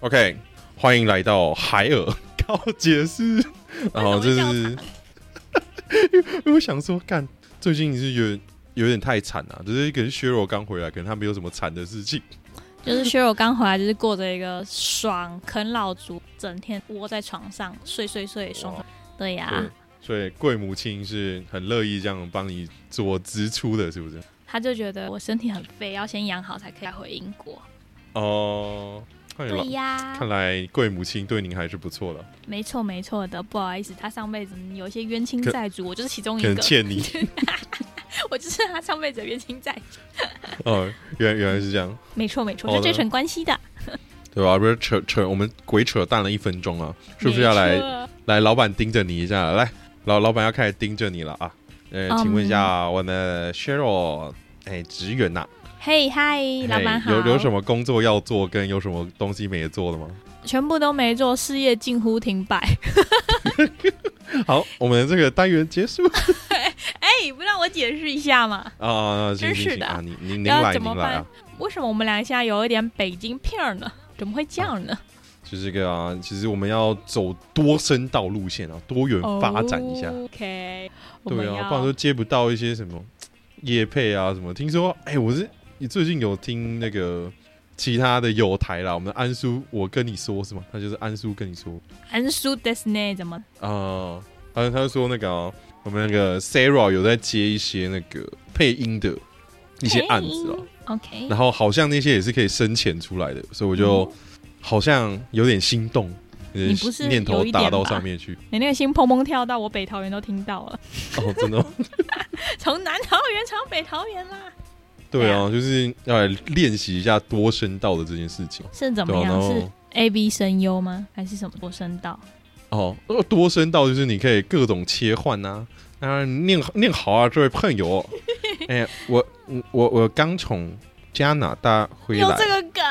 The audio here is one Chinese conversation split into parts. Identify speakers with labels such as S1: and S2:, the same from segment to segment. S1: OK，欢迎来到海尔高解释。然后这是，因为我想说，干最近是有点有点太惨了、就是一个削弱刚回来，可能他没有什么惨的事情。
S2: 就是薛柔刚回来，就是过着一个爽啃老族，整天窝在床上睡睡睡爽
S1: 哇
S2: 爽。对呀、
S1: 对，所以贵母亲是很乐意这样帮你做支出的，是不是？
S2: 他就觉得我身体很废，要先养好才可以回英国。
S1: 哦、看来老
S2: 对呀、
S1: 看来贵母亲对您还是不错的，
S2: 没错没错的，不好意思，他上辈子有一些冤亲
S1: 可
S2: 债主，我就是其中一
S1: 可能
S2: 个，
S1: 欠 你。
S2: 我就是他上辈子的冤亲债主。
S1: 哦，原原来是这样，
S2: 没错没错，
S1: 好
S2: 是
S1: 的
S2: 这层关系的，
S1: 对吧？不是扯扯，我们鬼扯淡了一分钟啊，是不是要来
S2: 没错
S1: 来，老板盯着你一下，来，老老板要开始盯着你了啊。呃，
S2: 嗯
S1: 请问一下我的 Cheryl，哎，职员呐、
S2: 嘿嗨，老板
S1: 哎
S2: 好。
S1: 有有什么工作要做，跟有什么东西没做的吗？
S2: 全部都没做，事业近乎停摆。
S1: 好，我们这个单元结束
S2: 哎，不让我解释一下吗？
S1: 啊，行
S2: 真
S1: 行
S2: 是
S1: 行
S2: 的
S1: 啊，您您您
S2: 要
S1: 来
S2: 怎么
S1: 您来啊，
S2: 为什么我们俩现在有一点北京片儿呢？怎么会这样呢？
S1: 就是个啊，其实我们要走多声道路线啊，多元发展一下，
S2: OK，我们
S1: 对
S2: 要
S1: 啊，不然都接不到一些什么夜配啊什么。听说，哎、我是你最近有听那个其他的友台啦，我们的安叔，我跟你说是吗？他就是安叔跟你说
S2: 安叔 Disney 怎么？
S1: 啊、他他就说那个、啊、我们那个 Sarah 有在接一些那个配音的一些案子啊，
S2: OK，
S1: 然后好像那些也是可以生钱出来的，所以我就好像有点心动。
S2: 哦你不是
S1: 念头
S2: 有一点
S1: 打到
S2: 吧
S1: 上面去
S2: 你那个心砰砰跳到我北桃园都听到了，
S1: 哦，真的吗
S2: 从南桃园朝北桃园啦，
S1: 对啊，就是要来练习一下多声道的这件事情。
S2: 是怎
S1: 对
S2: 么
S1: 啊，然
S2: 样？是
S1: 后
S2: A B 声优吗？还是什么多声道？
S1: 哦，呃多声道就是你可以各种切换呐、啊。啊，念念好啊，这位朋 友。哎，我嗯我我刚从加拿大回
S2: 有
S1: 来
S2: 这，个梗，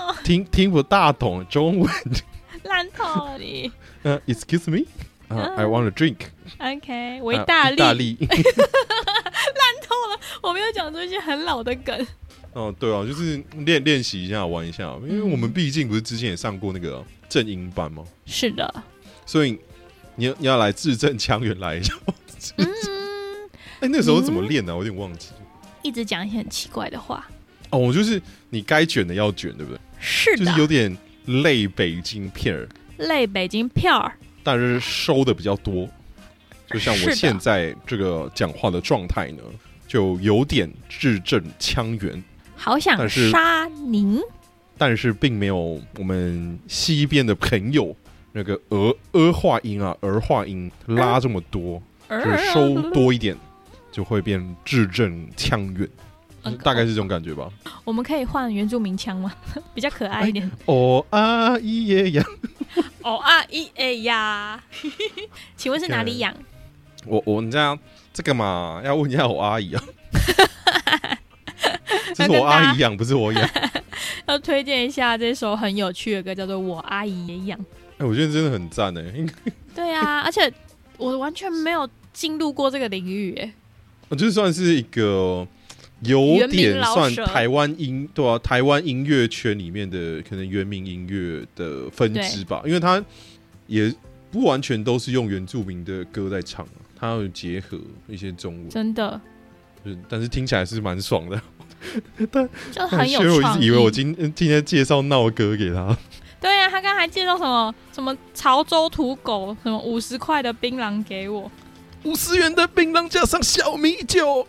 S2: 哦
S1: 听听不大懂中文。
S2: 烂透了你。
S1: 呃，Excuse me，啊、
S2: 啊
S1: i want a drink。
S2: OK，
S1: 啊
S2: 维大
S1: 意大
S2: 利，
S1: 利。
S2: 我没有讲出一些很老的梗。
S1: 哦，对啊，就是练练习一下，玩一下，因为我们毕竟不是之前也上过那个正音班吗？
S2: 是的，
S1: 所以你你要来字正腔圆来一下。
S2: 嗯，
S1: 哎，那时候怎么练的、我有点忘记。
S2: 一直讲一些很奇怪的话。
S1: 哦，我就是你该卷的要卷，对不对？
S2: 是
S1: 就是有
S2: 的，
S1: 点类北京片儿，
S2: 类北京票儿。
S1: 但是收的比较多。就像
S2: 是
S1: 我
S2: 的
S1: 现在这个讲话的状态呢，就有点字正腔圆，
S2: 好想
S1: 但是
S2: 杀您！
S1: 但是并没有我们西边的朋友那个儿儿化音啊，儿化音
S2: 嗯
S1: 拉这么多，就是收多一点，就会变字正腔圆，
S2: 嗯
S1: 大概是这种感觉吧。
S2: 我们可以换原住民腔吗？比较可爱一点。
S1: 哦啊咿耶呀，
S2: 哦啊一哎呀， 请问是哪里养？
S1: 我我你这样这个嘛，要问一下我阿 姨啊。这是我阿姨养，不是我 养。
S2: 要推荐一下这首很有趣的歌，叫做《我阿姨也养》。
S1: 哎、我觉得真的很赞哎、
S2: 对 啊，而且我完全没有进入过这个领域，哎，
S1: 我就算是一个有点算台湾音对啊，台湾音乐圈里面的可能原民音乐的分支吧，因为它也不完全都是用原住民的歌在唱、啊，它有结合一些中文，
S2: 真的
S1: 就是但是听起来是蛮爽的。
S2: 就 很有
S1: 薛柔一
S2: 创
S1: 直
S2: 意。
S1: 以为我今呃今天介绍闹歌给他，
S2: 对啊，他刚才介绍什么什么潮州土狗，什么五十块的槟榔给我，
S1: 五十元的槟榔加上小米酒，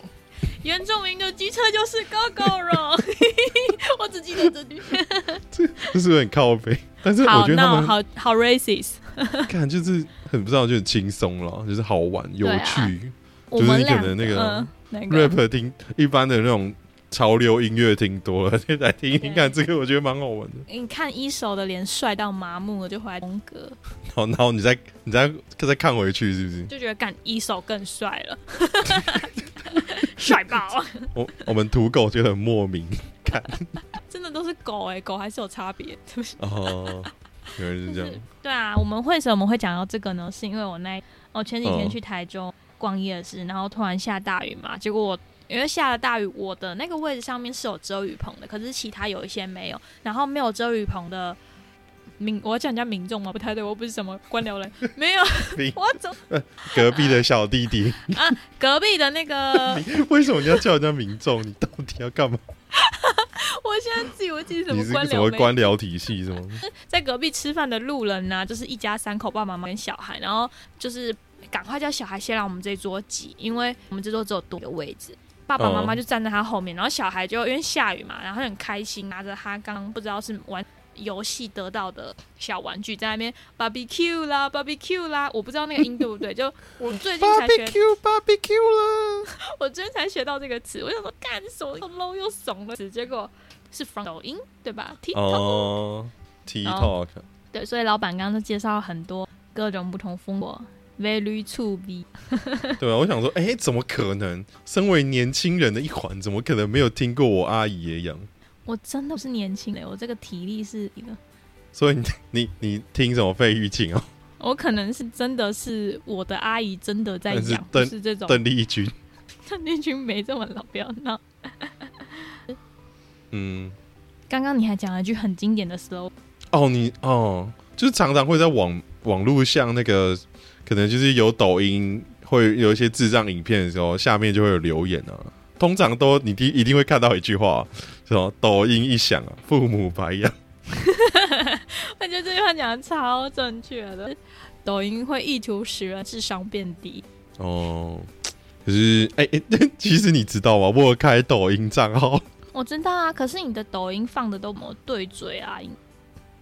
S2: 原住民的机车就是狗狗肉。 我只记得这句。
S1: 这是不是很靠 背？但是我
S2: 好
S1: 觉得他
S2: 闹，
S1: 们
S2: 好好 racist。
S1: 看就是很不知道，就很轻松了，就是好玩有
S2: 对啊
S1: 趣。
S2: 我
S1: 就是
S2: 们
S1: 你可
S2: 两
S1: 能那个
S2: 嗯那个
S1: rap 听一般的那种潮流音乐听多了， 来听一听看这个，我觉得蛮好玩的。
S2: 你看一手的脸帅到麻木了，就回来风格，
S1: 然后，然后你再你再再看回去，是不是？
S2: 就觉得干一手更帅了， 帅爆！啊
S1: 我我们土狗觉得很莫名
S2: 真的都是狗哎、狗还是有差别。对不起
S1: 哦，原来是这样。
S2: 对啊，我们为什么会讲到这个呢？是因为我那我前几天
S1: 嗯
S2: 去台中逛夜市，然后突然下大雨嘛，结果我。因为下了大雨，我的那个位置上面是有遮雨棚的，可是其他有一些没有。然后没有遮雨棚的民，我要叫人家民众吗？不太对，我不是什么官僚人，没有
S1: 民，
S2: 我走
S1: 隔壁的小弟弟，
S2: 啊，隔壁的那个，
S1: 为什么你要叫人家民众？你到底要干嘛？
S2: 我现在自以为自己什
S1: 你
S2: 么
S1: 是
S2: 官
S1: 什
S2: 僚
S1: 么
S2: 没
S1: 官僚体系是吗？
S2: 在隔壁吃饭的路人呐、就是一家三口，爸爸妈妈跟小孩，然后就是赶快叫小孩先来我们这一桌挤，因为我们这桌只有多个位置。爸爸妈妈
S1: 嗯
S2: 就站在他后面，然后小孩就因为下雨嘛，然后很开心，拿着他刚刚不知道是玩游戏得到的小玩具，在那边 barbecue 啦，barbecue 啦，我不知道那个音对不对，就我最近才 学
S1: barbecue barbecue 了，
S2: 我今天才学到这个词，我想说干什么又 low 又怂的词，结果是 from 抖音对吧？TikTok、
S1: 哦，TikTok，
S2: 对，所以老板刚刚就介绍了很多各种不同风格，very 粗鄙，
S1: 对啊，我想说，哎，怎么可能？身为年轻人的一环，怎么可能没有听过我阿姨也养？
S2: 我真的不是年轻欸人，我这个体力是一个，
S1: 所以你你你听什么费玉清哦，
S2: 我可能是真的是我的阿姨真的在
S1: 但是
S2: 养，不
S1: 邓
S2: 是这 种，
S1: 邓丽君，
S2: 但那群没这么老，不要闹。
S1: 嗯，
S2: 刚刚你还讲了一句很经典的 slow，
S1: 哦，你哦，就是常常会在网网络像那个，可能就是有抖音会有一些智障影片的时候，下面就会有留言啊。通常都你一一定会看到一句话，啊什么抖音一响啊，父母白养。
S2: 我觉得这句话讲的超正确的。抖音会意图使人智商变低，
S1: 哦，可是哎 哎、其实你知道吗？我有开抖音账号
S2: 我知道啊，可是你的抖音放的都没有对嘴啊，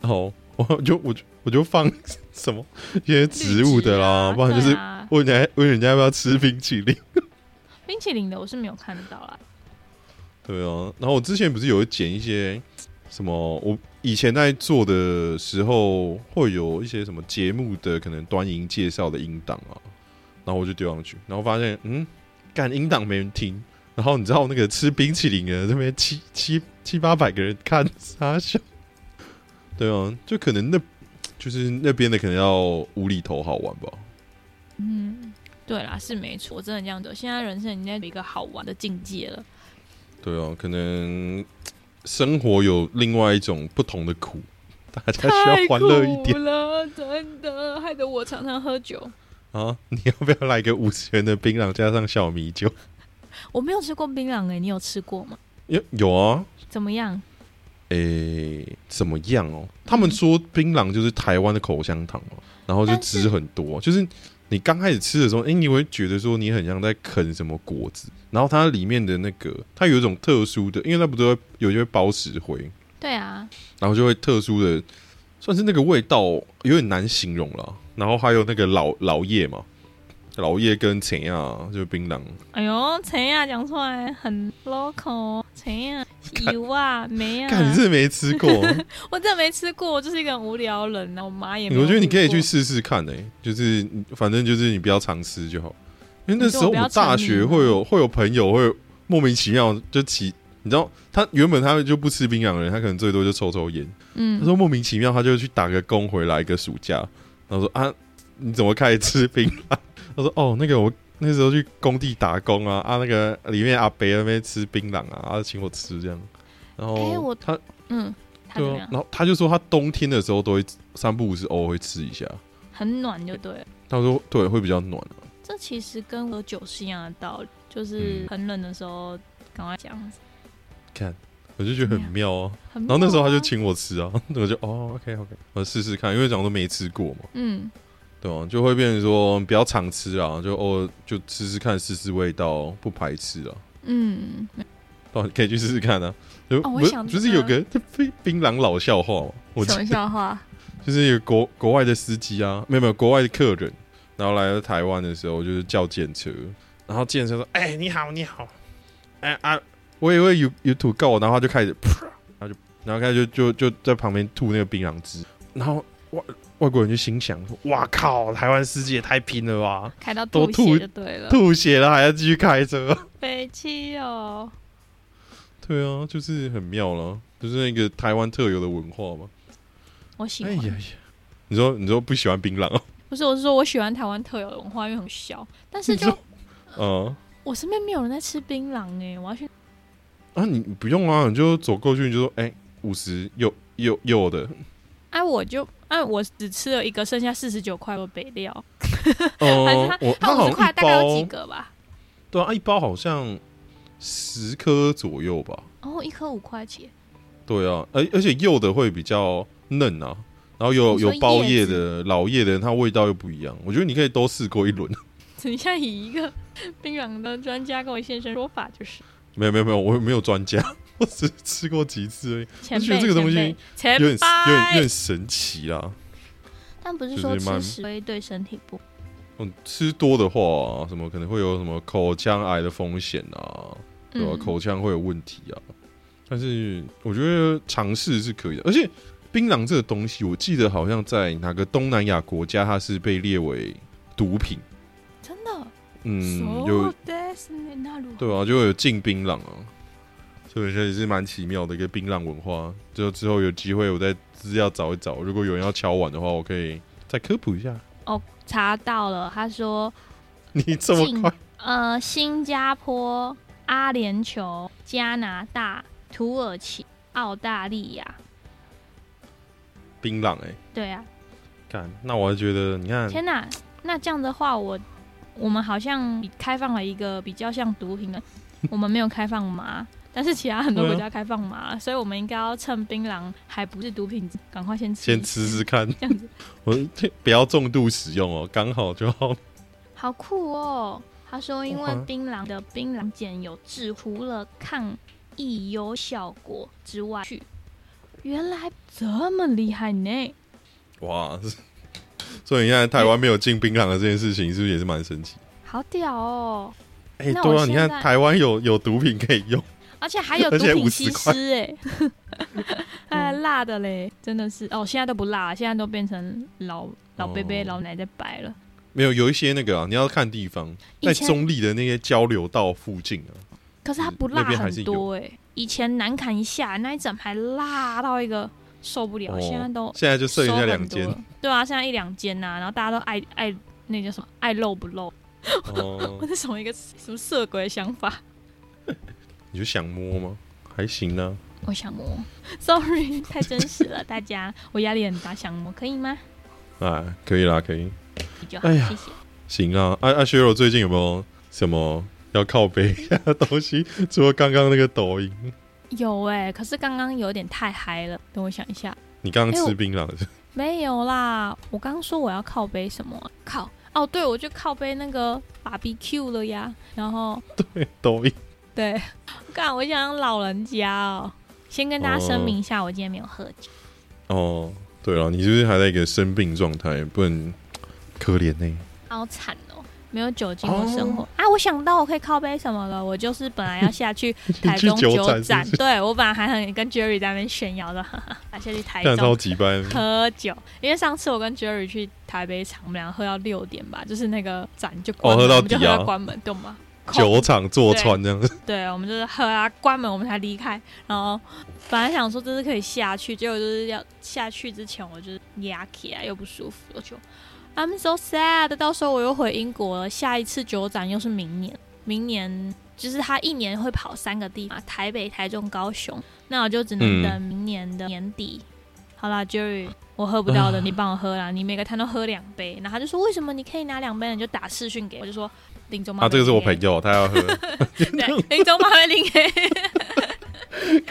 S1: 哦， 我就我就我就放什么一些植物的啦，
S2: 绿植啊
S1: 不然就是
S2: 对啊
S1: 问人家问人家要不要吃冰淇淋。
S2: 冰淇淋的我是没有看到啦。
S1: 对啊，然后我之前不是有剪一些什么，我以前在做的时候会有一些什么节目的可能端音介绍的音档啊，然后我就丢上去，然后发现嗯，干音档没人听，然后你知道那个吃冰淇淋的这边七七七八百个人看傻笑，对啊，就可能那就是那边的可能要无厘头好玩吧，
S2: 嗯，对啦，是没错，我真的这样子。现在人生已经在一个好玩的境界 了。
S1: 对啊，可能生活有另外一种不同的苦，大家需要欢乐一点。
S2: 了，真的，害得我常常喝酒。
S1: 啊，你要不要来个五十元的槟榔加上小米酒？
S2: 我没有吃过槟榔诶、欸你有吃过吗？
S1: 有有啊，
S2: 怎么样？
S1: 诶、怎么样哦？他们说槟榔就是台湾的口香糖嘛，然后就
S2: 但是
S1: 汁很多，就是你刚开始吃的时候，诶、你会觉得说你很像在啃什么果子，然后它里面的那个，它有一种特殊的，因为它不都会有些包石灰，
S2: 对啊，
S1: 然后就会特殊的，算是那个味道有点难形容了。然后还有那个老老叶嘛，老叶跟陈亚就是槟榔，
S2: 哎呦，陈呀，讲出来很 local，哦陈呀，油啊，梅啊，
S1: 看你是没吃过，
S2: 我真的没吃过，我就是一个很无聊人啊，我妈 也没有
S1: 我觉得你可以
S2: 煮过
S1: 去试试看诶、就是你反正就是你不要常吃就好，因为那时候
S2: 你说我
S1: 我
S2: 不要
S1: 们大学会有会有朋友会莫名其妙就起，你知道他原本他就不吃槟榔的人，他可能最多就抽抽烟，他
S2: 嗯，
S1: 说莫名其妙他就去打个工回来一个暑假，然后说啊你怎么开始吃槟榔？ 他说哦那个我。那时候去工地打工啊啊，那个里面阿伯在那边吃槟榔啊，啊请我吃这样，然后、
S2: 哎我
S1: 他
S2: 嗯，他怎
S1: 对
S2: 么
S1: 啊
S2: 样，？
S1: 然后他就说他冬天的时候都会三不五时偶尔会吃一下，
S2: 很暖就对了。
S1: 他说对，会比较暖、啊。
S2: 这其实跟喝酒是一样的道理，就是
S1: 嗯
S2: 很冷的时候赶快这样子。
S1: 我就觉得很妙啊。
S2: 很
S1: 然后那时候他
S2: 妙
S1: 就
S2: 啊
S1: 请我吃啊， 我就哦，OK OK，我试试看，因为讲都没吃过嘛，
S2: 嗯，
S1: 对啊，就会变成说不要常吃啊，就哦就吃吃看，试试味道，不排斥啊，
S2: 嗯，
S1: 到你可以去试试看啊。就
S2: 哦我
S1: 不是
S2: 想
S1: 不
S2: 知
S1: 是
S2: 道
S1: 有个槟槟榔老笑话嘛，我记
S2: 什么 笑话？
S1: 就是有国国外的司机啊，没有没有国外的客人，然后来到台湾的时候就是叫建车，然后建车说：“哎、你好，你好，哎、啊，我以为有有土够，然后他就开始，噗然后就然后开始就就就在旁边吐那个槟榔汁，然后外外国人就心想说：哇靠，台湾司机也太拼了吧，
S2: 开到
S1: 都
S2: 吐
S1: 吐
S2: 血就对 了，
S1: 吐血了还要继续开车，
S2: 北七哦。
S1: 对啊，就是很妙了，就是那个台湾特有的文化嘛。
S2: 我喜
S1: 哎
S2: 欢，
S1: 呀呀，你说你说不喜欢槟榔啊？
S2: 不是我是说我喜欢台湾特有的文化，因为很小，但是
S1: 你
S2: 就
S1: 说嗯。”
S2: 我身边没有人在吃槟榔哎、我要去
S1: 啊，你你不用啊，你就走过去，你就说，哎、五十右右右的，
S2: 啊哎、我就哎、我只吃了一个，剩下四十九块的北料， 还是
S1: 哦
S2: 他，
S1: 我
S2: 他
S1: 好
S2: 五
S1: 像
S2: 十块
S1: 一
S2: 大概有
S1: 包，
S2: 几
S1: 哦
S2: 个吧？
S1: 对啊，一包好像十颗左右吧。
S2: 哦，一颗五块钱，
S1: 对啊，而而且幼的会比较嫩啊，然后有
S2: 你说
S1: 有包
S2: 叶
S1: 叶
S2: 子
S1: 的、老叶的，它味道又不一样。我觉得你可以都试过一轮。
S2: 你现在以一个 槟榔的专家跟我现身说法，就是
S1: 没有没有没有，我没有专家， 我只吃过几次而已，
S2: 前
S1: 觉得
S2: 辈
S1: 这个东西
S2: 前辈前
S1: 有点有点有
S2: 辈
S1: 点神奇啦。
S2: 但不是
S1: 就是
S2: 说
S1: 慢
S2: 吃石灰对身体不
S1: 嗯，吃多的话、什么可能会有什么口腔癌的风险啊，对吧、
S2: 嗯
S1: 口腔会有问题啊。但是我觉得尝试是可以的，而且槟榔这个东西，我记得好像在哪个东南亚国家，它是被列为毒品。
S2: 真的。
S1: 嗯，有对啊，就有禁槟榔啊，所以这也是蛮奇妙的一个槟榔文化。就之后有机会我再资料找一找，如果有人要敲碗的话，我可以再科普一下。
S2: 哦，查到了，他说
S1: 你这么
S2: 禁
S1: 快，
S2: 呃，新加坡、阿联酋、加拿大、土耳其、澳大利亚，
S1: 槟榔哎、欸，
S2: 对啊，
S1: 干，那我还觉得你看，
S2: 天哪，那这样的话，我我们好像比开放了一个比较像毒品的，我们没有开放麻， 但是其他很多
S1: 对啊
S2: 国家开放麻，所以我们应该要趁槟榔还不是毒品，赶快先吃。
S1: 先吃吃看，
S2: 这样子，
S1: 我不要重度使用哦，刚好就好。
S2: 好酷哦！他说，因
S1: 哇
S2: 为槟�除的槟榔碱有致除了抗抑忧效果之外去，原来这么厉害呢！
S1: 哇，是所以你看台湾没有禁槟榔的这件事情，是不是也是蛮神奇？
S2: 好屌哦！
S1: 哎、
S2: 那我
S1: 对啊，你看
S2: 现在
S1: 台湾有有毒品可以用，
S2: 而且还有毒
S1: 而且
S2: 品
S1: 50
S2: 西 施哎、哎，辣的嘞，真的是哦，现在都不辣，现在都变成老老贝贝、
S1: 哦
S2: 老奶奶在摆了。
S1: 没有有一些那个啊，你要看地方，
S2: 以
S1: 在
S2: 前
S1: 中立的那些交流道附近啊，
S2: 可是它不辣
S1: 那边还是
S2: 很多哎、以前南砍一下那一整排辣到一个受不了，
S1: 哦
S2: 现在都
S1: 现在就剩
S2: 收
S1: 下
S2: 很
S1: 两间
S2: 多。对啊，现在一两间呐、然后大家都爱爱那叫什么爱露不露，
S1: 哦
S2: 我，是什么一个什么色鬼的想法？
S1: 你就想摸吗？还行啊，
S2: 我想摸，sorry，太真实了，大家，我压力很大，想摸可以吗？
S1: 哎，可以啦，可以，
S2: 你就好，
S1: 哎呀
S2: 谢谢。
S1: 行啊。哎、啊，雪柔最近有没有什么要靠背一下的东西？除了刚刚那个抖音，
S2: 有哎、可是刚刚有点太嗨了，等我想一下。
S1: 你刚
S2: 哎
S1: 刚
S2: 我
S1: 吃槟榔是不是
S2: 没有啦，我刚刚说我要靠背什么啊、靠哦，对，我就靠背那个 BBQ 了呀。然后
S1: 抖音？
S2: 对， 干，我想当老人家哦。先跟大家声明一下，我今天没有喝酒。
S1: 哦，对了，你是不是还在一个生病状态？不能可怜呢、欸
S2: 好惨哦，没有酒精的生活、
S1: 哦
S2: 啊！我想到我可以靠背什么了，我就是本来要下去 台中
S1: 去酒展
S2: 酒
S1: 是不
S2: 展，
S1: 是
S2: 对我本来还很跟 Jerry 在那边炫耀的， 哈哈，啊下去台
S1: 这样超
S2: 中
S1: 级班。
S2: 喝酒，因为上次我跟 Jerry 去台北场，我们俩喝到六点吧，就是那个展就关
S1: 哦
S2: 门，
S1: 喝到
S2: 我们就
S1: 底
S2: 喝
S1: 啊
S2: 到关门，懂吗？
S1: 酒厂坐穿这样子，
S2: 对，我们就是喝啊，关门我们才离开。然后本来想说这是可以下去，结果就是要下去之前我就是压起来又不舒服，我就 I'm so sad。到时候我又回英国了，下一次酒展又是明年，明年就是他一年会跑三个地方，台北、台中、高雄，那我就只
S1: 嗯
S2: 能等明年的年底。好啦，Jerry。我喝不到的，你帮我喝啦。你每个摊都喝两杯，然后他就说为什么你可以拿两杯呢？你就打视讯给我，我就说林总 妈
S1: 啊，这个是我
S2: 陪
S1: 朋友，他要喝，
S2: 对，林总马会领给，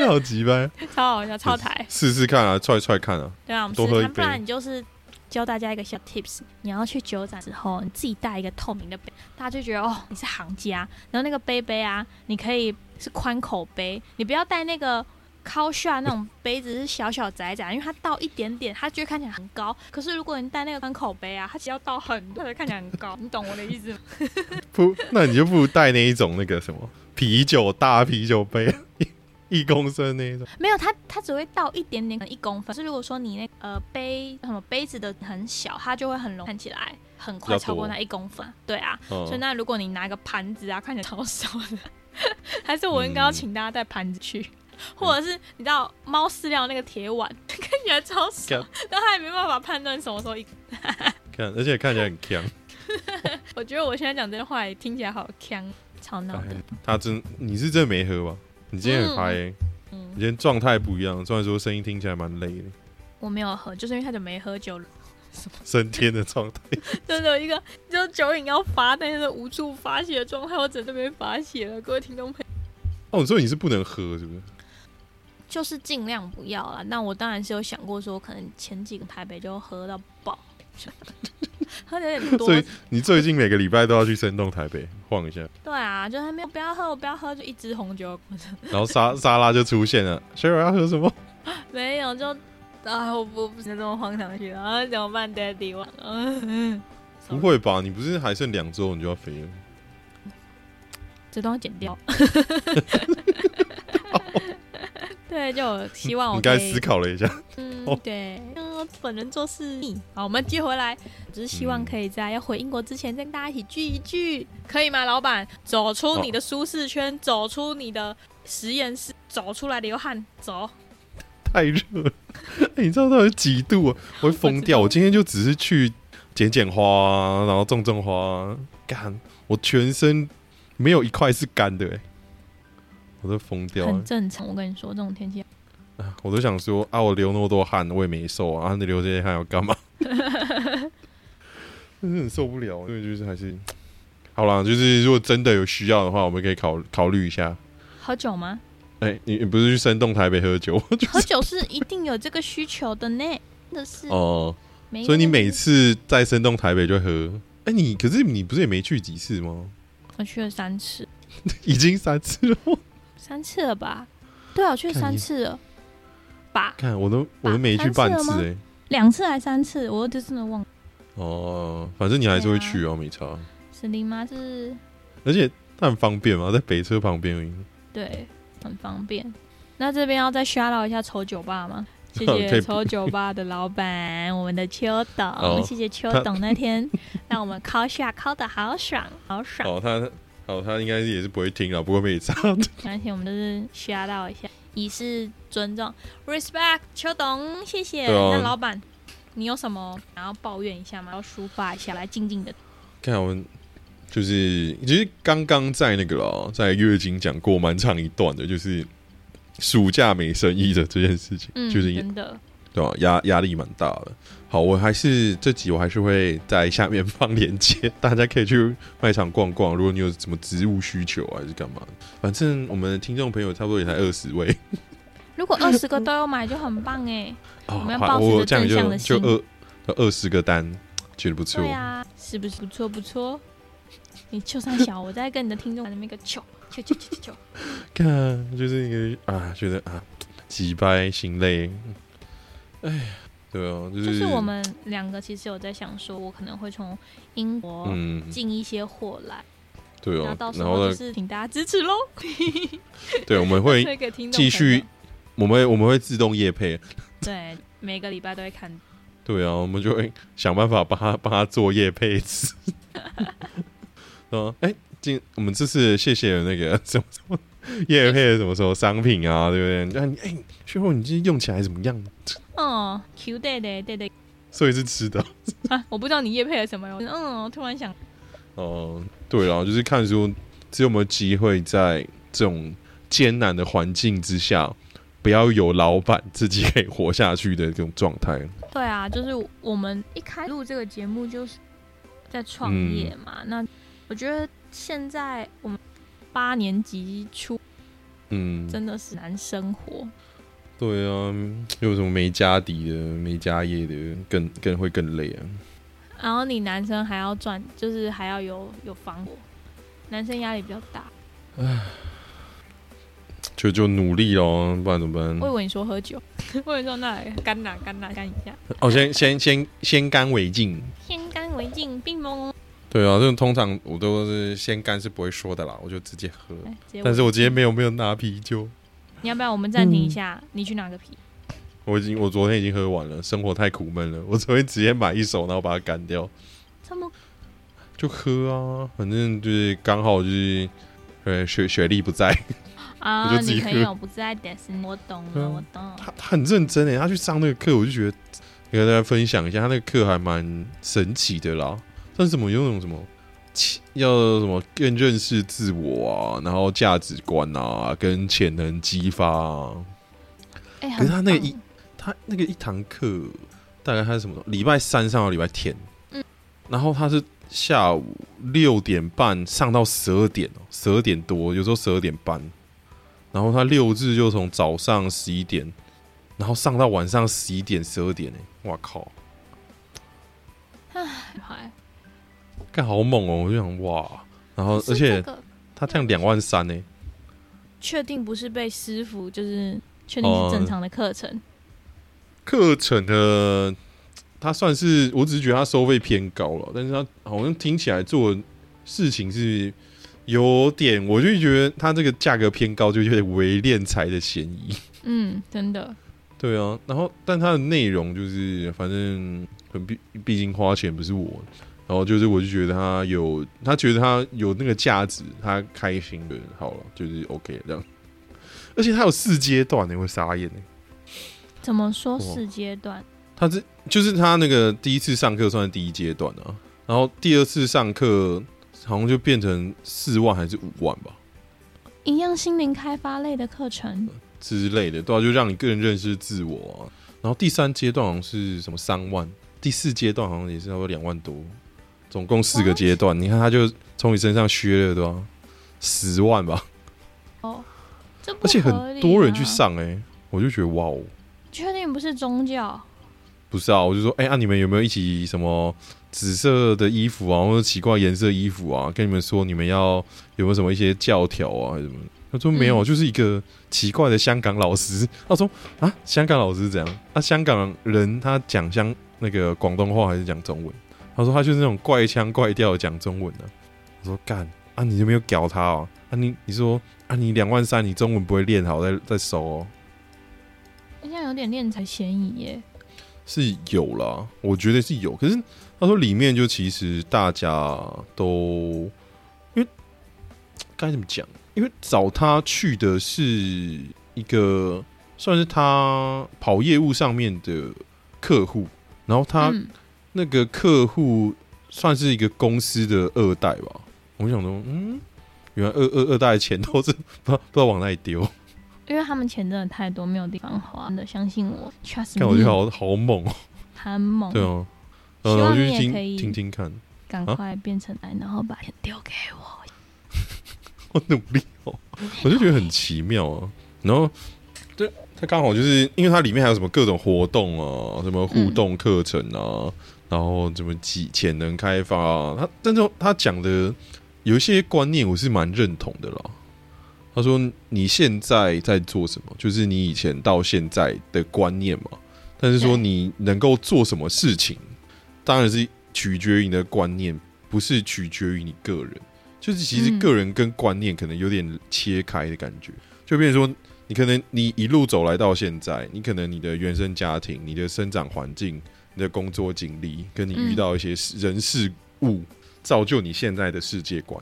S1: 好级班，
S2: 超好笑，超台。
S1: 试试看啊，踹踹看啊，
S2: 对啊，我们
S1: 多
S2: 试
S1: 喝
S2: 试
S1: 一
S2: 看，
S1: 杯
S2: 不然你就是教大家一个小 tips，你要去酒展之后，你自己带一个透明的杯，大家就觉得哦你是行家。然后那个杯杯啊，你可以是宽口杯，你不要带那个。高下那种杯子是小小窄窄，因为它倒一点点，它就会看起来很高。可是如果你带那个宽口杯啊，它只要倒很多，它就看起来很高。你懂我的意思吗？
S1: 不，那你就不如带那一种那个什么啤酒大啤酒杯，一一公升那一种，
S2: 没有，它它只会倒一点点，可能一公分。所以如果说你那呃杯什么杯子的很小，它就会很容易看起来很快
S1: 比较多
S2: 超过那一公分。对啊，
S1: 哦
S2: 所以那如果你拿个盘子啊，看起来超少的， 还是我应该要请大家带盘子去，
S1: 嗯
S2: 或者是你知道猫饲料那个铁碗 看起来超少
S1: 干，
S2: 但他也没办法判断什么时候一。
S1: 看，而且看起来很强。
S2: 我觉得我现在讲这些话也听起来好呛，吵闹的
S1: 哎。他真，你是真没喝吧？你今天很
S2: 嗯
S1: 嗨、欸，
S2: 嗯
S1: 你今天状态不一样，虽然说声音听起来蛮累的。
S2: 我没有喝，就是因为太久没喝酒了。
S1: 升天的状态，
S2: 真的有一个就是酒瘾要发，但是无处发泄的状态，我整都没发泄了。各位听众朋友，
S1: 哦，所以你是不能喝，是不是？
S2: 就是尽量不要啦。那我当然是有想过说，可能前几个台北就喝到 爆，喝的有点多。
S1: 所以你最近每个礼拜都要去深洞台北晃一下。
S2: 对啊，就是没有不要喝，我不要喝，就一支红酒。
S1: 然后沙沙拉就出现了，所以我要喝什么？
S2: 没有就。啊！我不不能这么荒唐去啊！怎么办，Daddy？我、嗯、
S1: 不会吧？你不是还剩两周你就要飞了？
S2: 这都要剪掉。 对，就希望我。
S1: 你刚才思考了一下。哦
S2: 嗯，对，嗯，本人做事。好，我们接回来，只是希望可以在要回英国之前跟大家一起聚一聚，可以吗，老板？走出你的舒适圈，哦、走出你的实验室，走出来流汗，走。
S1: 太热 了、欸，你知道到底几度啊？我会疯掉！我,我今天就只是去剪剪花、啊，然后种种花、啊，干，我全身没有一块是干的、欸，哎，我都疯掉了。
S2: 很正常，我跟你说，这种天气
S1: 啊，我都想说啊，我流那么多汗，我也没瘦啊，啊你流这些汗要干嘛？真的很受不了，所以就是还是好啦，就是如果真的有需要的话，我们可以考考虑一下。
S2: 喝酒吗？
S1: 哎、欸，你不是去山洞台北喝酒？就是、
S2: 喝酒是一定有这个需求的呢，真的是
S1: 哦。所以你每次在山洞台北就喝。哎、欸，你可是你不是也没去几次吗？
S2: 我去了三次，
S1: 已经三次 了，
S2: 三次了吧？对啊，我去了三次了吧？
S1: 看我都我都没去半次哎、欸，
S2: 两次还三次，我就真的忘了。
S1: 哦，反正你还是会去啊，啊没差。
S2: 是林妈是，
S1: 而且它很方便嘛，在北车旁边。
S2: 对。很方便。那这边要再 shout out 一下丑酒吧吗？谢谢丑酒吧的老板，我们的秋董，哦、谢谢秋董那天让我们敲下敲的好爽，好爽。
S1: 哦，他哦，他应该也是不会听了，不过没差。
S2: 而且我们都是 shout out 一下，以示尊重，respect 秋董，谢谢。哦、那老板，你有什么想要抱怨一下吗？要抒发一下，来静静的。
S1: 看我们。就是其实刚刚在那个了，在月经讲过蛮长一段的，就是暑假没生意的这件事情，
S2: 嗯、
S1: 就是
S2: 真的
S1: 对吧、啊？压压力蛮大的。好，我还是这集我还是会在下面放链接， 大家可以去卖场逛逛。如果你有什么植物需求啊，还是干嘛，反正我们听众朋友差不多也才二十位，
S2: 如果二十个都有买就很棒哎、欸。
S1: 哦、
S2: 我们要
S1: 好，
S2: 我
S1: 这样就就二二十个单，觉得不错，
S2: 对啊，是不是不错不错？你就算小，我在跟你的听众那边个球球球球球，
S1: 看就是一个啊，觉得啊，挤掰心累，哎，对哦，就是
S2: 就是我们两个其实有在想说，我可能会从英国进一些货来，
S1: 嗯、对哦，
S2: 嗯到时候就是请大家支持喽。
S1: 对，我们会 继续，我们我们会自动夜配，啊
S2: 对，每个礼拜都会看。
S1: 对啊，我们就会想办法帮他帮他做夜配 词。嗯，哎，今我们这次谢谢那个 什么什么叶配什么什么商品啊，对不对？那你哎，薛后你今天用起来怎么样？
S2: 哦，Q 对对对对，
S1: 所以是吃的
S2: 啊，我不知道你叶配了什么，嗯，我突然想，
S1: 哦、嗯，对啊，就是看说只有没有机会在这种艰难的环境之下，不要有老板自己可以活下去的这种状态。
S2: 对啊，就是我们一开录这个节目就是在创业嘛，嗯、那。我觉得现在我们八年级初，
S1: 嗯，
S2: 真的是难生活。
S1: 对啊，有什么没家底的、没家业的，更更会更累啊。
S2: 然后你男生还要赚，就是还要有有防火，男生压力比较大。唉，
S1: 就就努力哦，不然怎么办？
S2: 我以为你说喝酒， 我以为说那干哪干哪干一下。
S1: 哦，先先先先干为敬，
S2: 先干为敬，并蒙。
S1: 对啊，这种通常我都是先干是不会说的啦，我就直接喝。
S2: 接
S1: 但是哎我今天没有没有拿啤酒。
S2: 哎你要不要我们暂停一下？嗯、你去拿个啤。
S1: 我已经我昨天已经喝完了，生活太苦闷了， 我昨天直接买一手，然后把它干掉。
S2: 怎么？
S1: 就喝啊，反正就是刚好就是呃雪雪莉不在
S2: 啊，
S1: 我就自己
S2: 喝。朋友不在，但是我懂
S1: 啊
S2: 了，我懂了。
S1: 他他很认真欸诶，他去上那个课，我就觉得跟大家分享一下，他那个课还蛮神奇的啦。但是什么有那种什么，要什么更认识自我啊，然后价值观啊，跟潜能激发啊。
S2: 哎、欸，
S1: 可是他那个一，他他那个一堂课大概他是什么？礼拜三上到礼拜天，嗯，然后他是下午六点半上到十二点哦，十二点多，有时候十二点半，然后他六日就从早上十一点，然后上到晚上十一点、十二点呢、欸，哇靠！
S2: 唉，
S1: 干好猛哦！我就想哇，然后呃而且他这样两万三欸呢，
S2: 确定不是被师傅，就是确定是
S1: 哦
S2: 正常的课程。
S1: 课、程呢，他算是我只是觉得他收费偏高了，但是他好像听起来做的事情是有点，我就觉得他这个价格偏高，就有点伪敛财的嫌疑。
S2: 嗯，真的。
S1: 对啊，然后但它的内容就是反正。嗯毕毕竟花钱不是我，然后就是我就觉得他有，他觉得他有那个价值，他开心的，好了，就是 OK 这样。而且他有四阶段呢、欸，我傻眼呢、
S2: 欸。怎么说四阶段？
S1: 他这就是他那个第一次上课算是第一阶段啊，然后第二次上课好像就变成四万还是五万吧，
S2: 一样心灵开发类的课程
S1: 之类的，对啊，就让你更认识自我啊。然后第三阶段好像是什么三万。第四阶段好像也是差不多两万多，总共四个阶段。你看，他就从你身上削了多少十万吧？
S2: 哦，这、啊、
S1: 呃而且很多人去上哎、欸，我就觉得哇哦！
S2: 确定不是宗教？
S1: 不是啊，我就说哎、欸、啊，你们有没有一起什么紫色的衣服啊，或者奇怪颜色衣服啊？跟你们说你们要有没有什么一些教条啊，还是什么？他说没有，嗯、就是一个奇怪的香港老师。 他说啊，香港老师怎样？啊，香港人他讲香。那个广东话还是讲中文，他说他就是那种怪腔怪调讲中文的、啊。我说干啊，你就没有屌他哦、啊？啊你你说啊你两万三，你中文不会练好再再收哦。
S2: 好像有点练才嫌疑耶。
S1: 是有啦，我觉得是有。可是他说里面就其实大家都因为该怎么讲？因为找他去的是一个算是他跑业务上面的客户。然后
S2: 嗯
S1: 他那个客户算是一个公司的二代吧，我想说，嗯，原来二二二代的钱都是 不不知道往哪里丢，
S2: 因为他们钱真的太多，没有地方花的，相信我。
S1: 看我觉得好好猛哦、喔，
S2: 很猛，
S1: 对哦、啊，然后就听听听看，
S2: 赶快变成爱，然后把钱丢给我，
S1: 我努力哦、喔，我就觉得很奇妙啊，然后。对，它刚好就是因为它里面还有什么各种活动啊，什么互动课程啊，嗯、然后什么潜潜能开发啊，他但是他讲的有一些观念我是蛮认同的啦。他说你现在在做什么，就是你以前到现在的观念嘛，但是说你能够做什么事情，当然是取决于你的观念，不是取决于你个人。就是其实个人跟观念可能有点切开的感觉，嗯、就变成说。你可能你一路走来到现在，你可能你的原生家庭、你的生长环境、你的工作经历，跟你遇到一些人事物，嗯、造就你现在的世界观。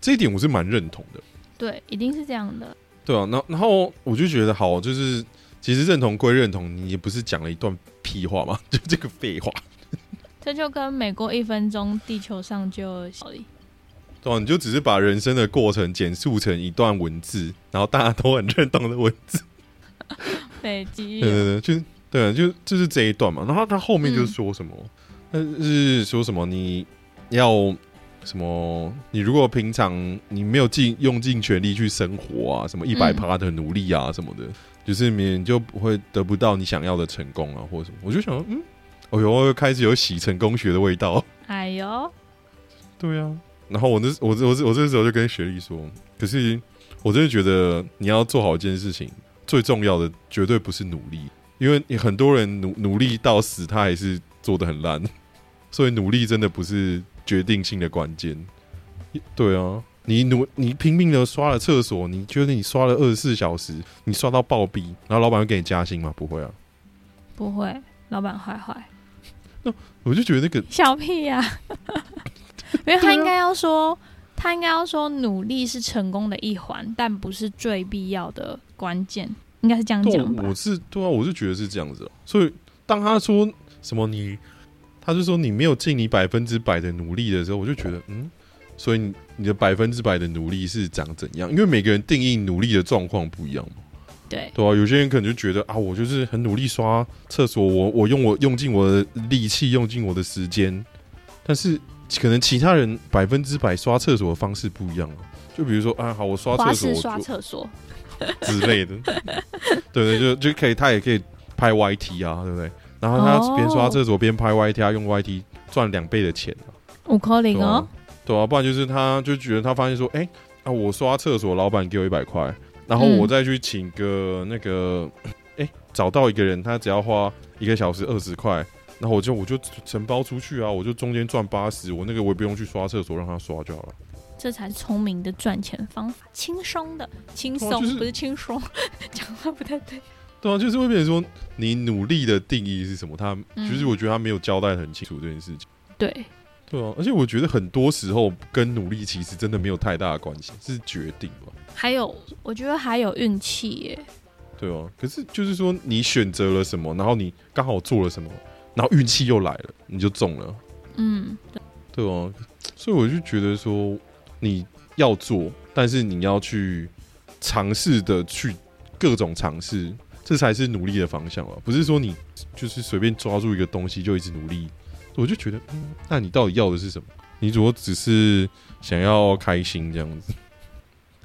S1: 这一点我是蛮认同的。
S2: 对，一定是这样的。
S1: 对啊，然然后我就觉得好，就是其实认同归认同，你也不是讲了一段屁话嘛， 就这个废话。
S2: 这就跟美国一分钟，地球上就小理。
S1: 对、啊，你就只是把人生的过程简述成一段文字，然后大家都很认同的文字。
S2: 北极，
S1: 对对对，就对，啊就就是这一段嘛。然后他后面就说什么，嗯、但是说什么你要什么，你如果平常你没有尽用尽全力去生活啊，什么一百趴的努力啊、嗯、什么的，就是你就不会得不到你想要的成功啊，或者什么。我就想說，嗯，哦哟，又开始有洗成功学的味道。
S2: 哎呦，
S1: 对啊。然后我那我我我这时候就跟学历说，可是我真的觉得你要做好一件事情，最重要的绝对不是努力，因为很多人努努力到死，他还是做的很烂，所以努力真的不是决定性的关键。对啊，你努你拼命的刷了厕所，你觉得你刷了二十四小时，你刷到暴毙，然后老板会给你加薪吗？不会啊，
S2: 不会，老板坏坏。
S1: 那我就觉得那个
S2: 小屁呀、 啊。因为他应该要说，啊、他应该要说，努力是成功的一环，但不是最必要的关键，应该是这样讲吧？
S1: 我是对啊，我是觉得是这样子、啊。所以当他说什么你，他就说你没有尽你百分之百的努力的时候，我就觉得嗯，所以你的百分之百的努力是长怎样？因为每个人定义努力的状况不一样嘛。
S2: 对
S1: 对啊，有些人可能就觉得啊，我就是很努力刷厕所，我我用我用尽我的力气，用尽我的时间，但是可能其他人百分之百刷厕所的方式不一样了。就比如说啊，好，我刷
S2: 花
S1: 厕所
S2: 式
S1: 我
S2: 刷
S1: 就
S2: 厕所，
S1: 之类 的，对对，就就可以，他也可以拍 YT 啊，对不对？然后他
S2: 哦
S1: 边刷厕所边拍 YT，他用 YT 赚两倍的钱啊、
S2: 五扣零
S1: 对啊
S2: 哦，，
S1: 对啊，不然就是他就觉得他发现说，哎、啊，我刷厕所，老板给我一百块，然后
S2: 嗯
S1: 我再去请个那个，哎、找到一个人，他只要花一个小时二十块，然后我就我就承包出去啊，我就中间赚八十，我那个我也不用去刷厕所，让他刷就好了。
S2: 这才是聪明的赚钱方法，轻松的，轻松、
S1: 哦就是
S2: 不是轻松， 讲话不太对。
S1: 对啊，就是会变成说你努力的定义是什么？他
S2: 嗯
S1: 其实我觉得他没有交代得很清楚这件事情。
S2: 对，
S1: 对啊，而且我觉得很多时候跟努力其实真的没有太大的关系，是决定吧？
S2: 还有我觉得还有运气耶，
S1: 对啊，可是就是说你选择了什么，然后你刚好做了什么，然后运气又来了，你就中了，
S2: 嗯，对
S1: 对啊，所以我就觉得说你要做，但是你要去尝试的去各种尝试，这才是努力的方向啊！不是说你就是随便抓住一个东西就一直努力。我就觉得，嗯，那你到底要的是什么？你如果只是想要开心这样子，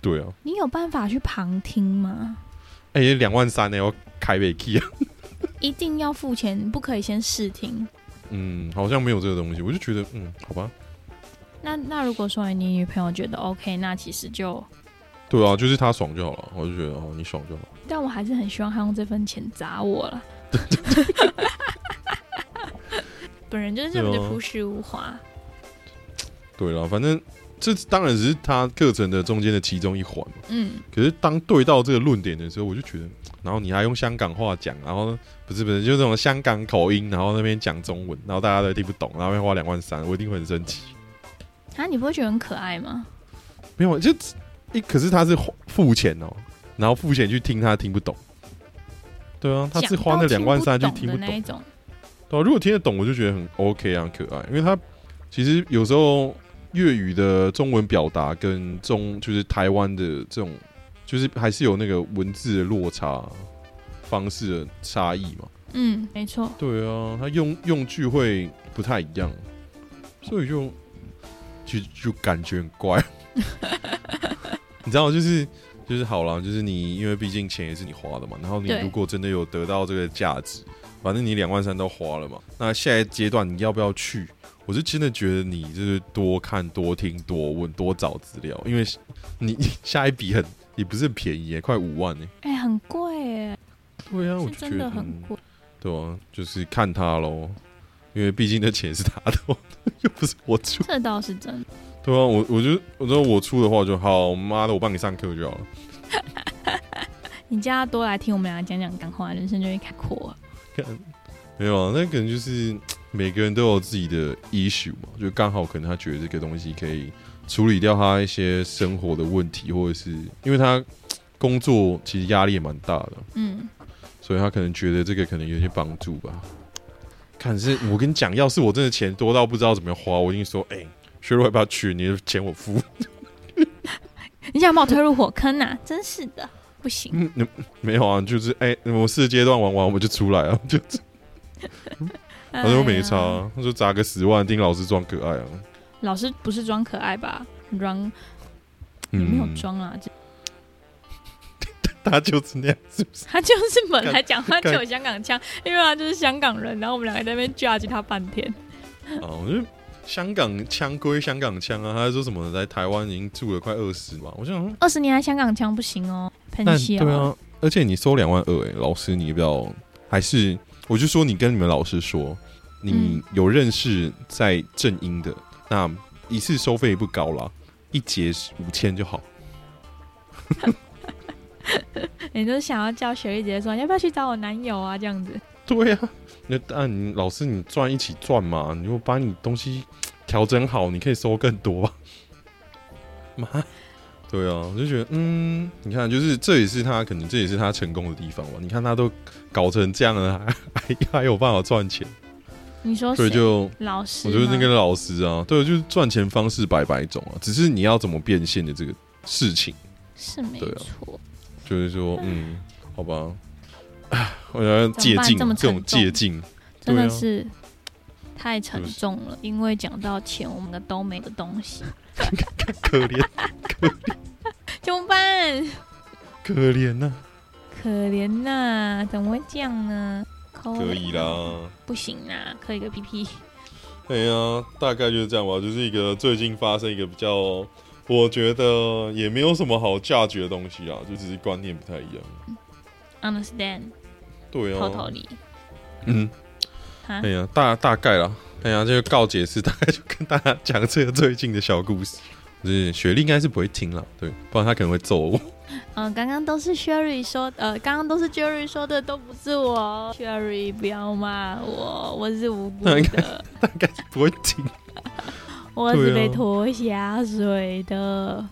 S1: 对啊，
S2: 你有办法去旁听吗？
S1: 哎、两万三呢，要开北 key 啊，
S2: 一定要付钱，不可以先试听。
S1: 嗯，好像没有这个东西，我就觉得，嗯，好吧，
S2: 那那如果说你女朋友觉得 OK，那其实就，
S1: 对啊，就是他爽就好了，我就觉得哦，你爽就好。
S2: 但我还是很希望她用这份钱砸我 了。本人就是这么
S1: 对
S2: 的
S1: 啊
S2: 朴实无华，
S1: 对了，反正这当然只是他课程的中间的其中一环嘛。
S2: 嗯，
S1: 可是当对到这个论点的时候，我就觉得，然后你还用香港话讲，然后不是不是，就这种香港口音，然后那边讲中文，然后大家都听不懂，然后要花两万三，我一定会很生气。
S2: 啊，你不会觉得很可爱吗？
S1: 没有，就一可是他是花付钱哦，然后付钱去听他听不懂。对啊，他是花那
S2: 讲
S1: 两
S2: 到
S1: 万三去听
S2: 听
S1: 不
S2: 不懂的
S1: 懂
S2: 那。一种，
S1: 对啊、如果听得懂，我就觉得很 OK 啊，很可爱。因为它其实有时候粤语的中文表达跟中就是台湾的这种，就是还是有那个文字的落差方式的差异嘛。
S2: 嗯，没错。
S1: 对啊，它用用句会不太一样，所以就就就感觉很 怪。你知道，就是就是好了，就是你因为毕竟钱也是你花的嘛，然后你
S2: 对
S1: 如果真的有得到这个价值，反正你两万三都花了嘛，那下一阶段你要不要去？我是真的觉得你就是多看、多听、多问、多找资料，因为你 下一笔很也不是很便宜耶，快五万呢。
S2: 哎、很贵耶，
S1: 对啊，我就
S2: 是
S1: 觉
S2: 真
S1: 得
S2: 的很
S1: 嗯
S2: 贵。
S1: 对啊，就是看他喽，因为毕竟那钱是他的， 又不是我出。
S2: 这倒是真的。
S1: 对啊，我我就我说我出的话就好，妈的，我帮你上课就好了。
S2: 你叫他多来听我们俩讲讲干话，人生就会开阔了。
S1: 没有啊，那可能就是每个人都有自己的 issue 嘛，就刚好可能他觉得这个东西可以处理掉他一些生活的问题，或者是因为他工作其实压力也蛮大的，
S2: 嗯，
S1: 所以他可能觉得这个可能有些帮助吧。看是，我跟你讲，要是我真的钱多到不知道怎么花，我一定说，哎、薛若要不要去？你的钱我付。
S2: 你想把我推入火坑呐、真是的，不行。
S1: 嗯， 你没有啊，就是哎、我四阶段玩完我就出来了， 就
S2: 哎
S1: 他
S2: 呀
S1: 说没差、啊，他说砸个十万，盯老师装可爱啊。
S2: 老师不是装可爱吧？装
S1: 嗯，
S2: 也没有装啊，这
S1: 他就是那样，是不是？
S2: 他就是本
S1: 干
S2: 来讲话就
S1: 干
S2: 有香港腔，因为他就是香港人，然后我们两个在那边 judge 他半天。
S1: 啊，我觉得香港腔归香港腔啊，他还说什么来台湾已经住了快二十嘛，我想说，
S2: 二十年来香港腔不行哦，喷
S1: 但
S2: 笑。
S1: 对啊，而且你收两万二，哎，老师你要不要？还是我就说你跟你们老师说，你
S2: 嗯
S1: 有认识在正音的，那一次收费不高啦，一节五千就好。
S2: 你就是想要叫雪莉姐姐说，要不要去找我男友啊？这样子。
S1: 对呀、啊，那但你老师你赚一起赚嘛，你如果把你东西调整好，你可以收更多吧。 妈，对啊，我就觉得嗯，你看，就是这也是他可能这也是他成功的地方吧。你看他都搞成这样了， 还还还有办法赚钱，
S2: 你说
S1: 所以
S2: 谁
S1: 就
S2: 老师
S1: 我
S2: 吗，
S1: 觉得那个老师啊，对，就是赚钱方式百百种啊，只是你要怎么变现的这个事情，
S2: 是没
S1: 对啊
S2: 错。
S1: 就是说嗯，好吧， 我要借镜
S2: 怎么办这么
S1: 这
S2: 沉
S1: 种借镜，
S2: 真
S1: 对啊
S2: 的是太沉
S1: 对不
S2: 重了。因为讲到钱，我们的都没的东西，
S1: 可怜
S2: 怎么办？
S1: 可怜啊呐、
S2: 可怜呐、怎么会这样呢？抠
S1: 可以，啦。
S2: 不行啊，磕一个屁屁。
S1: 哎呀，大概就是这样吧，就是一个最近发生一个比较，我觉得也没有什么好价值的东西啊，就只是观念不太一样。
S2: Understand，
S1: 对
S2: 偷偷
S1: 啊，
S2: 理
S1: 嗯，
S2: 哈
S1: 哎。呀，大大概啦，哎呀，这个告解是大概就跟大家讲这个最近的小故事。就是雪莉应该是不会听了，对，不然她可能会揍我。
S2: 嗯、刚刚都是 Sherry 说，呃，刚刚都是 Jerry 说的，都不是我。Sherry，不哦要骂我，我是无辜
S1: 那应
S2: 的，
S1: 大概是不会听，
S2: 我是
S1: 对
S2: 被
S1: 啊
S2: 拖下水的。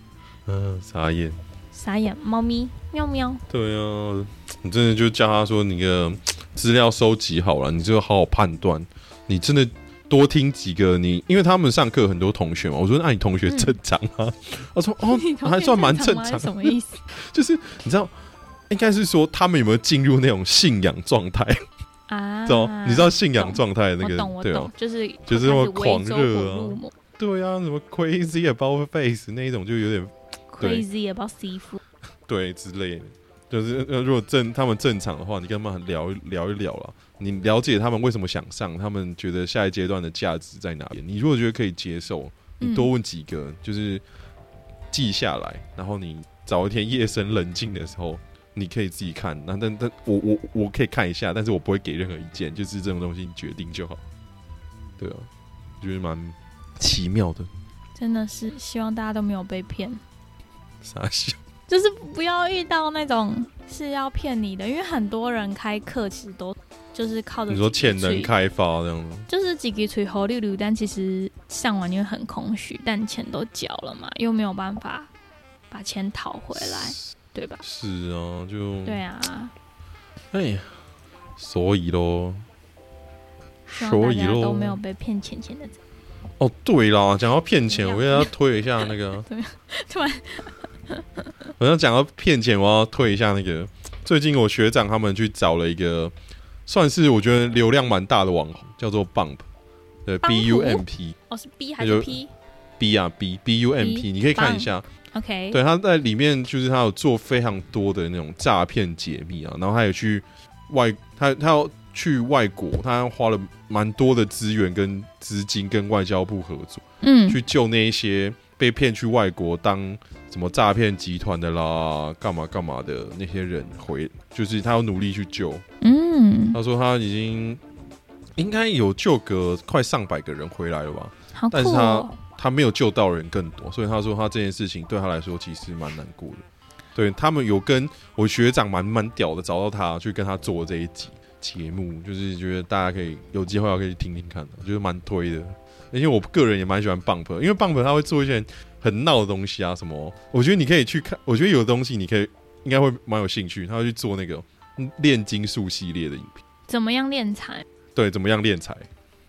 S1: 嗯、傻眼。
S2: 傻眼，猫咪喵喵。
S1: 对啊，你真的就叫他说你的资料收集好了，你就好好判断。你真的多听几个你，因为他们上课很多同学嘛，我说那你同学
S2: 嗯
S1: 正常吗？ 他说 哦
S2: 你，同学
S1: 还算蛮
S2: 正
S1: 正
S2: 吗
S1: 常，
S2: 什么意思
S1: 就是你知道。应该是说他们有没有进入那种信仰状态？
S2: 啊？
S1: 知道、 你知道信仰
S2: 懂
S1: 状态那
S2: 我
S1: 个
S2: 懂，我
S1: 对啊
S2: 懂，，就是
S1: 就是那么
S2: 开始
S1: 狂
S2: 微周
S1: 热
S2: 火
S1: 啊
S2: 入魔
S1: 对啊，什么 crazy about face 那一种就有点对
S2: ，crazy about seafood。
S1: 对之类的。就是呃，如果正他们正常的话，你跟他们聊一聊一聊啦。你了解他们为什么想上，他们觉得下一阶段的价值在哪边。你如果觉得可以接受，你
S2: 嗯
S1: 多问几个，就是记下来，然后你找一天夜深人静的时候，你可以自己看。那但但我我我可以看一下，但是我不会给任何意见，就是这种东西你决定就好。对啊，我觉得蛮奇妙的，
S2: 真的是希望大家都没有被骗，
S1: 傻 笑。
S2: 就是不要遇到那种是要骗你的，因为很多人开课其实都就是靠着
S1: 你说
S2: 自己的
S1: 潜能
S2: 嘴
S1: 开发这样子，
S2: 就是几个吹猴溜溜，但其实上完你会很空虚，但钱都缴了嘛，又没有办法把钱讨回来，对吧？
S1: 是啊，就
S2: 对啊，
S1: 哎呀，所以喽，
S2: 希望
S1: 所
S2: 大
S1: 以
S2: 家
S1: 喽
S2: 都，没有被骗钱钱的。
S1: 哦，对啦，讲到骗钱，
S2: 怎
S1: 我
S2: 么样。
S1: 也要推一下那个
S2: 怎么样突然，
S1: 我要讲到骗钱，我要推一下那个。最近我学长他们去找了一个，算是我觉得流量蛮大的网红，叫做 Bump，对
S2: Bump？
S1: ，B U M P
S2: 哦，是 B 还
S1: 那
S2: 是
S1: 就
S2: P？OK，、
S1: B 啊 B B U M P，
S2: B，
S1: 你可以看一下。对，他在里面就是他有做非常多的那种诈骗解密啊，然后他也去外，他他要去外国，他花了蛮多的资源跟资金跟外交部合作。
S2: 嗯，
S1: 去救那一些被骗去外国当什么诈骗集团的啦，干嘛干嘛的那些人回，就是他要努力去救。
S2: 嗯，
S1: 他说他已经应该有救个快上百个人回来了吧，
S2: 好酷
S1: 但是他
S2: 哦！
S1: 他没有救到人更多，所以他说他这件事情对他来说其实蛮难过的。对他们有跟我学长蛮蛮屌的，找到他去跟他做这一集节目，就是觉得大家可以有机会要可以去听听看的，我觉得蛮推的。而且我个人也蛮喜欢 Bump，的因为 Bump 他会做一些很闹的东西啊，什么，我觉得你可以去看，我觉得有东西你可以应该会蛮有兴趣，他会去做那个嗯炼金术系列的影片，
S2: 怎么样练财？
S1: 对，怎么样炼财，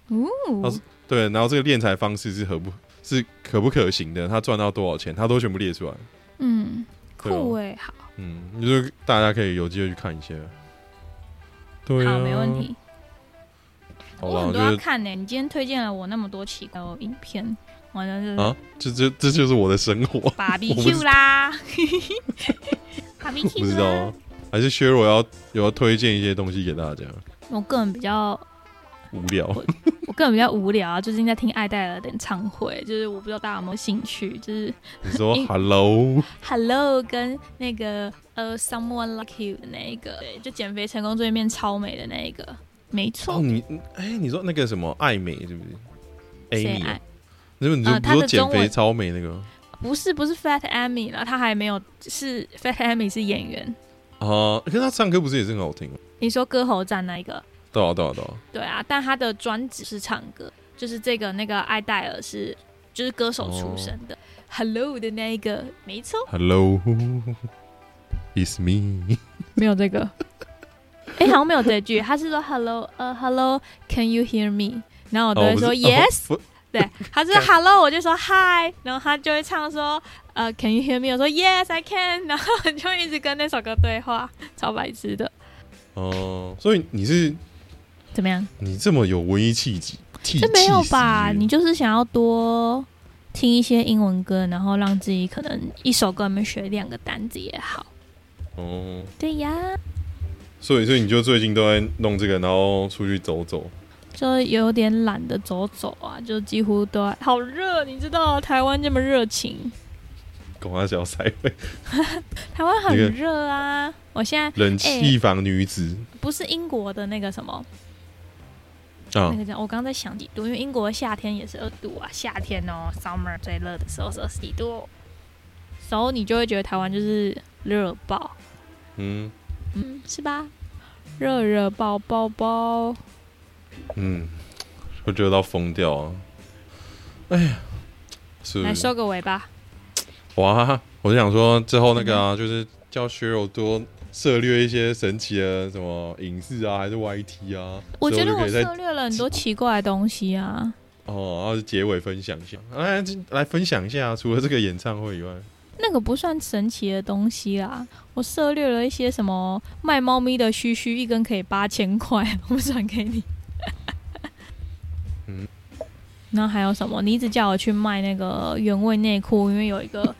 S1: 他
S2: 哦
S1: 是，对，然后这个敛财方式是合不是可不可行的？他赚到多少钱，他都全部列出来。
S2: 嗯，
S1: 对啊
S2: 酷哎，好，
S1: 嗯，就是大家可以有机会去看一下。对、啊，
S2: 好，没问。题。
S1: 好
S2: 我
S1: 了，
S2: 很
S1: 我
S2: 多
S1: 觉
S2: 要
S1: 得
S2: 看呢、你今天推荐了我那么多奇怪的影片，完了就是
S1: 啊，这这这就是我的生活， 我不知
S2: barbecue 啦，barbecue
S1: 不知道啊
S2: 啦。。
S1: 还是薛我要有要推荐一些东西给大家，
S2: 我个人比较，
S1: 无聊。
S2: 我个人比较无聊啊，最近在听艾黛尔的演唱会，就是我不知道大家有没有兴趣，就是
S1: 你说
S2: 一
S1: Hello，
S2: Hello 跟那个呃 Someone Like You 的那一个，对，就减肥成功最面超美的那一个，没
S1: 哦，
S2: 错，
S1: 你哎、你说那个什么爱美是不是
S2: 谁
S1: ？Amy，
S2: 爱
S1: 啊你说你说
S2: 呃
S1: 不
S2: 她
S1: 是说
S2: 的
S1: 减
S2: 中
S1: 肥
S2: 文
S1: 超美那个
S2: 不是不是 Fat Amy 啦，她还没有是 Fat Amy 是演员，
S1: 啊？可是她唱歌不是也是很好听吗？
S2: 你说歌喉战那一个，
S1: 对啊，对啊，对啊。
S2: 对啊，但他的专职是唱歌，就是这个那个艾戴尔是就是歌手出身的、Hello 的那一个，没错，
S1: Hello，It's me
S2: 没有这 个，哎、好像没有这句，他是说 Hello，呃、h e l l o c a n you hear me？然
S1: 哦。
S2: 后我都会
S1: 不是
S2: 说、
S1: 哦
S2: Yes，
S1: 不
S2: 对，他 就是 hello，我就说 hi，然后他就会唱说呃 can you hear me？我说 yes I can，然后我就一直跟那首歌对话，超白痴的。
S1: 哦、所以你是
S2: 怎么样？
S1: 你这么有文艺气质，气
S2: 这没有吧？
S1: 气质
S2: 你就是想要多听一些英文歌，然后让自己可能一首歌里面学两个单字也好。
S1: 哦，
S2: 对呀，
S1: 所以所以你就最近都在弄这个，然后出去走走。
S2: 就有点懒得走走啊，就几乎都在好热，你知道台湾这么热情，
S1: 拱阿小塞会
S2: 台湾很
S1: 那个
S2: 热啊。我现在
S1: 冷气房女子、
S2: 不是英国的那个什么那
S1: 啊，
S2: 个叫，我刚刚在想几度，因为英国的夏天也是二度啊，夏天哦，summer 最热的时候是二十几度，然后你就会觉得台湾就是热爆，
S1: 嗯
S2: 嗯，是吧？热热爆爆爆，
S1: 嗯，会觉得到疯掉啊！哎呀，
S2: 来
S1: 是
S2: 收个尾吧。
S1: 哇！我就想说之后那个啊，就是叫学友多涉略一些神奇的什么影视啊，还是 YT 啊，
S2: 我觉
S1: 之
S2: 得
S1: 后就
S2: 我
S1: 可以在
S2: 涉略了很多奇怪的东西啊，
S1: 哦，然后就结尾分享一下，哎，这来分享一下，除了这个演唱会以外，
S2: 那个不算神奇的东西啦。我涉略了一些什么卖猫咪的须须，一根可以八千块，我转给你。
S1: 嗯
S2: 然后还有什么？你一直叫我去卖那个原味内裤，因为有一个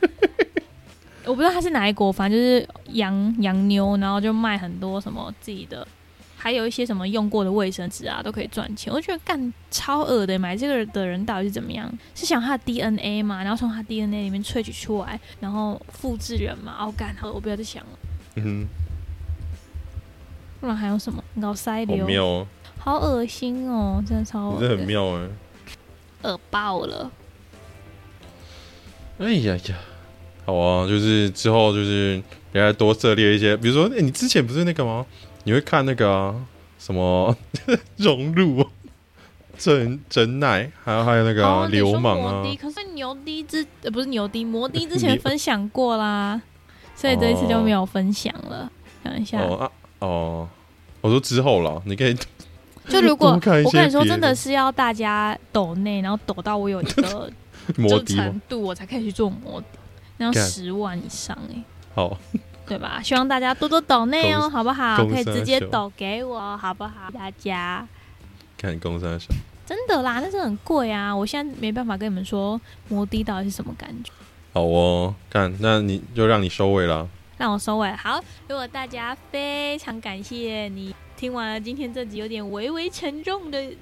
S2: 我不知道它是哪一国，反正就是洋洋妞，然后就卖很多什么自己的，还有一些什么用过的卫生纸啊，都可以赚钱。我觉得干超恶的，买这个的人到底是怎么样？是想他的 DNA 嘛，然后从他 DNA 里面萃取出来，然后复制人嘛？哦，干，好了，我不要再想了。
S1: 嗯
S2: 不然还有什么？搞塞
S1: 哼，好
S2: 流，
S1: 妙哦，
S2: 好恶心哦，真的超
S1: 你
S2: 恶
S1: 这很
S2: 的
S1: 妙哎，
S2: 恶爆了。
S1: 哎呀呀，好啊，就是之后就是大家多涉猎一些，比如说，哎、你之前不是那个吗？你会看那个啊、什么 融入、 真真奶，还有还有那个啊、
S2: 哦，你
S1: 流
S2: 说
S1: 氓
S2: 摩
S1: 啊
S2: 的，，可是牛的之呃不是牛的，摩的 之前
S1: 牛
S2: 分享过啦，所以这一次就没有分享了。想一下，
S1: 哦啊哦，我说之后了，你可以
S2: 就如果
S1: 多看一些
S2: 我跟你说，
S1: 别的
S2: 真的是要大家抖内，然后抖到我有一 个
S1: 摩
S2: 就
S1: 的
S2: 是
S1: 吗
S2: 程度，我才可以去做摩的，然后
S1: 干
S2: 十万以上哎、
S1: 好，
S2: 对吧？希望大家多多抖内哦，
S1: 公
S2: 好不好？
S1: 公
S2: 可以
S1: 司
S2: 直接
S1: 小
S2: 抖给我，好不好？大家
S1: 看公山小，
S2: 真的啦，但是很贵啊，我现在没办法跟你们说摩的到底是什么感觉。
S1: 好哦，看，那你就让你收尾啦。
S2: 让我收尾。好，如果大家非常感谢你听完了今天这集有点微微沉重的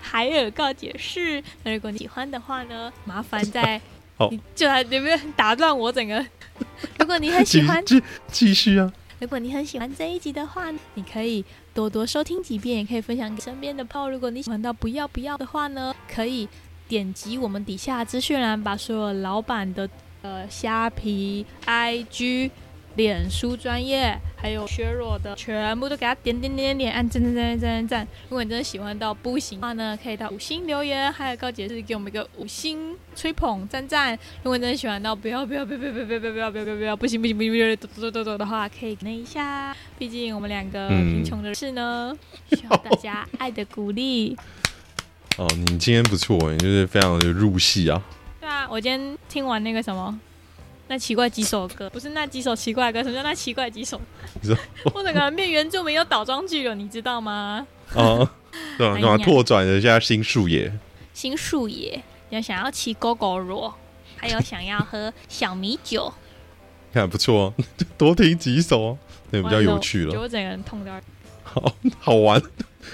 S2: 海尔告解释，那如果你喜欢的话呢，麻烦在
S1: 好
S2: 你就来你不要打断我整个。 如果你很喜
S1: 继
S2: 欢，
S1: 继继续啊，
S2: 如果你很喜欢这一集的话，你可以多多收听几遍，也可以分享给身边的朋友。如果你喜欢到不要不要的话呢，可以点击我们底下资讯栏，把所有老板的呃虾皮、IG、脸书专业，还有削弱的，全部都给他点点点点点，按赞赞赞赞赞。如果你真的喜欢到不行的话呢，可以到五星留言，还有高姐是给我们一个五星吹捧赞赞。如果你真的喜欢到不要不要不要不要不要不要不要不要不要不要不行不行不行不行，抖抖抖抖的话，可以那一下。毕竟我们两个
S1: 嗯
S2: 贫穷的事呢，需要大家爱的鼓励。
S1: 哦，你今天不错欸，你就是非常的入戏 啊。
S2: 对啊，我今天听完那个什么，那奇怪几首歌，不是那几首奇怪歌，什么叫那奇怪几首？
S1: 你说
S2: 我整个人变原住民又倒装句了，你知道吗？
S1: 啊，对啊，
S2: 哎
S1: 干嘛
S2: 呀
S1: 拓展了一下新树野？
S2: 新树野，你要想要骑狗狗罗，还有想要喝小米酒，
S1: 看不错、 啊，多听几首、啊，那比较有趣
S2: 就
S1: 了。
S2: 我哎整个人痛到
S1: 好好 玩，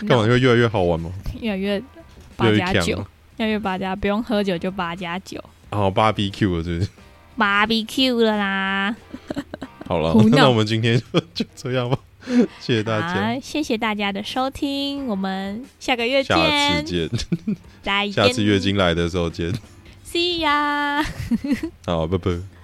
S1: 干嘛
S2: 脑
S1: 会越来越好玩吗？
S2: 越来越八
S1: 越
S2: 加
S1: 来越强啊哦
S2: 九，越来越八加，不用喝酒就八加九
S1: 好 BBQ 了，是不是？
S2: ，barbecue 了啦！
S1: 好了
S2: 胡，闹
S1: 那我们今天就就这样吧，谢谢大家，
S2: 好，谢谢大家的收听，我们下个月
S1: 下次，
S2: 见
S1: 见，
S2: 再见，
S1: 下次月经来的时候见。
S2: ，see ya。
S1: 好，拜拜。